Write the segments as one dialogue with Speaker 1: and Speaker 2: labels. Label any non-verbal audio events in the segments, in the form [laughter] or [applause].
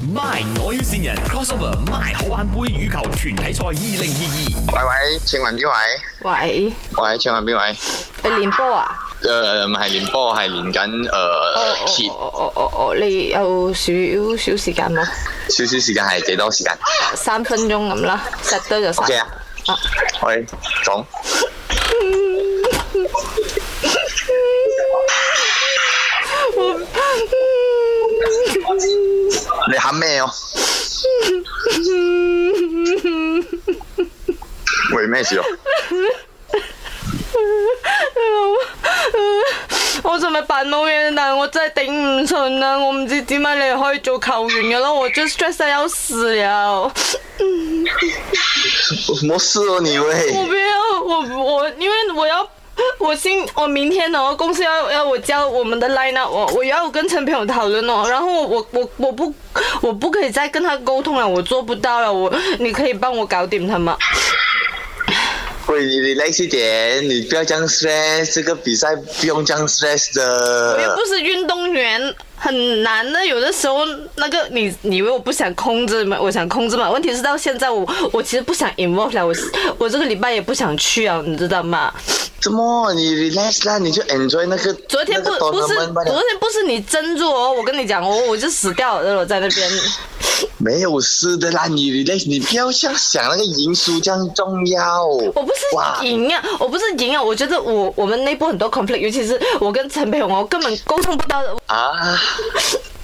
Speaker 1: My 我要线人 crossover My 好玩杯羽球團體賽二零二
Speaker 2: 喂喂，請問邊位？
Speaker 3: 喂，
Speaker 2: 喂，請問邊位？
Speaker 3: 你練波啊？
Speaker 2: 誒、唔係練波，係練緊誒
Speaker 3: 哦哦哦哦，你有少少時間冇？
Speaker 2: 切，少少時間係幾多時間
Speaker 3: 三分鐘咁啦，實得就
Speaker 2: ？OK
Speaker 3: 實
Speaker 2: 啊。，喂，講。你喊咩哦？喂，咩事哦？
Speaker 3: 我就咪扮冇嘢，但係我真係頂唔順啦！我唔知點解你可以做球員嘅咯，我就 stress 得有事了。
Speaker 2: 冇事哦，你
Speaker 3: 我
Speaker 2: 喂。
Speaker 3: 不要，我我因为我要，我今我明天哦，公司要要我交我们的 line up 哦，我要跟陈朋友讨论哦，然后我我我我不我不可以再跟他沟通了，我做不到了，我你可以帮我搞定他吗？
Speaker 2: 喂，你 relax 一点，你不要这样 stress，这个比赛不用这样 stress 的。
Speaker 3: 我又不是运动员，很难的。有的时候，那个你你以为我不想控制吗？我想控制嘛。问题是到现在我，我其实不想 involve 了，我我这个礼拜也不想去啊，你知道吗？
Speaker 2: 怎么你 relax 啦，你就 enjoy 那个
Speaker 3: 昨天不
Speaker 2: 那个
Speaker 3: 不是
Speaker 2: tournament 罢
Speaker 3: 昨
Speaker 2: 了
Speaker 3: 天不是你斟酌哦，我跟你讲哦，我就死掉了，我在那边。
Speaker 2: 没有事的啦，你 relax，你不要像想那个赢输这样重要。
Speaker 3: 我不
Speaker 2: [laughs] 哇
Speaker 3: 是赢啊，我不是赢啊，我觉得我我们内部很多 conflict，尤其是我跟陈培勇，我根本沟通不到的。
Speaker 2: 啊，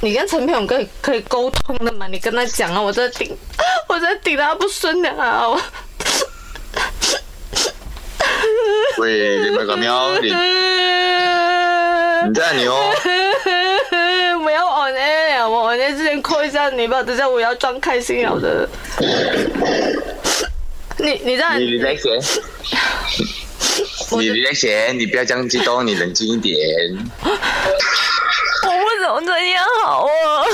Speaker 3: 你跟陈培勇可以可以沟通的嘛？你跟他讲啊，我在顶，我在顶他不顺的啊。我
Speaker 2: 喂，你咪咁样，你你真系你哦，
Speaker 3: [laughs] 我要 on air，啊我 on air 之前 call 一下你吧，等一下我要装开心了的。你你这样
Speaker 2: 你 relax 点，
Speaker 3: 我
Speaker 2: 你 relax 点，你不要这样激动，你冷静一点。
Speaker 3: [laughs] 我不懂这样好啊！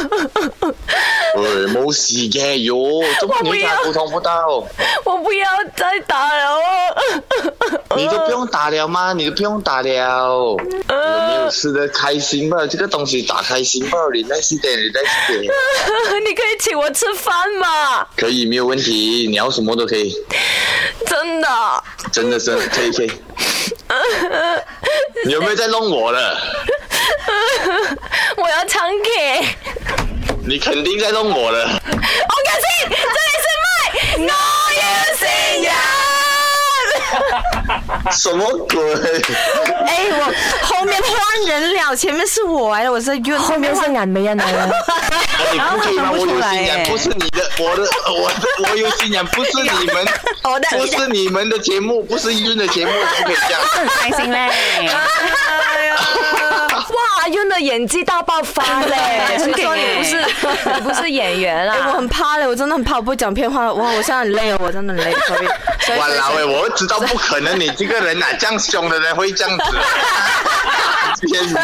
Speaker 2: 喂，冇事嘅哟，中国女仔沟通不到，
Speaker 3: [laughs] 我不要再打了啊！
Speaker 2: 你都不用打了吗？你都不用打了，没有事的，开心吧，这个东西打开心啊吧，relax 一点，relax 一点。
Speaker 3: [laughs] 你可以请我吃饭吗？
Speaker 2: 可以，没有问题，你要什么都可以，
Speaker 3: 真的，
Speaker 2: 真的是可以可以。
Speaker 3: [laughs]
Speaker 2: 你有没有在弄我了？
Speaker 3: 我要唱 K。
Speaker 2: 你肯定在弄我了。
Speaker 3: 哎我感谢，这里是麦，我要新人。
Speaker 2: 什么鬼？
Speaker 3: 哎，我后面换人了，前面是我哎，我是运
Speaker 4: 后面是啊
Speaker 3: [laughs]
Speaker 4: 俺们呀，男人。
Speaker 2: 你不可以吗？我有
Speaker 4: 我看不出来
Speaker 2: 信仰，
Speaker 4: 哎
Speaker 2: 不是你的，我的，我的，我有信仰，不是你 [laughs] 们，
Speaker 3: 我的
Speaker 2: 不是你们的节目，不是音的节目，不可以这样。
Speaker 4: 很开心嘞！
Speaker 3: 哎
Speaker 4: 哇，阿윤的演技大爆发嘞！谁说你不是你不是演员
Speaker 3: 哎，我
Speaker 4: 啊？
Speaker 3: 很怕嘞，我真的很怕，我不会讲骗话。哇，我现在很累哦，我真的很累，sorry。所以
Speaker 2: 哇老喂，我知道不可能，你这个人呐、这样凶的人会这样子。 [laughs] 天哪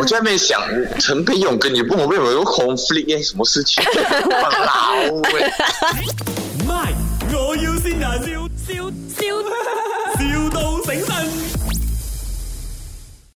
Speaker 2: 我在那边想，陈培勇跟你哎不，我为什么有 conflict 耶什么事情？哇老喂。
Speaker 1: 二。My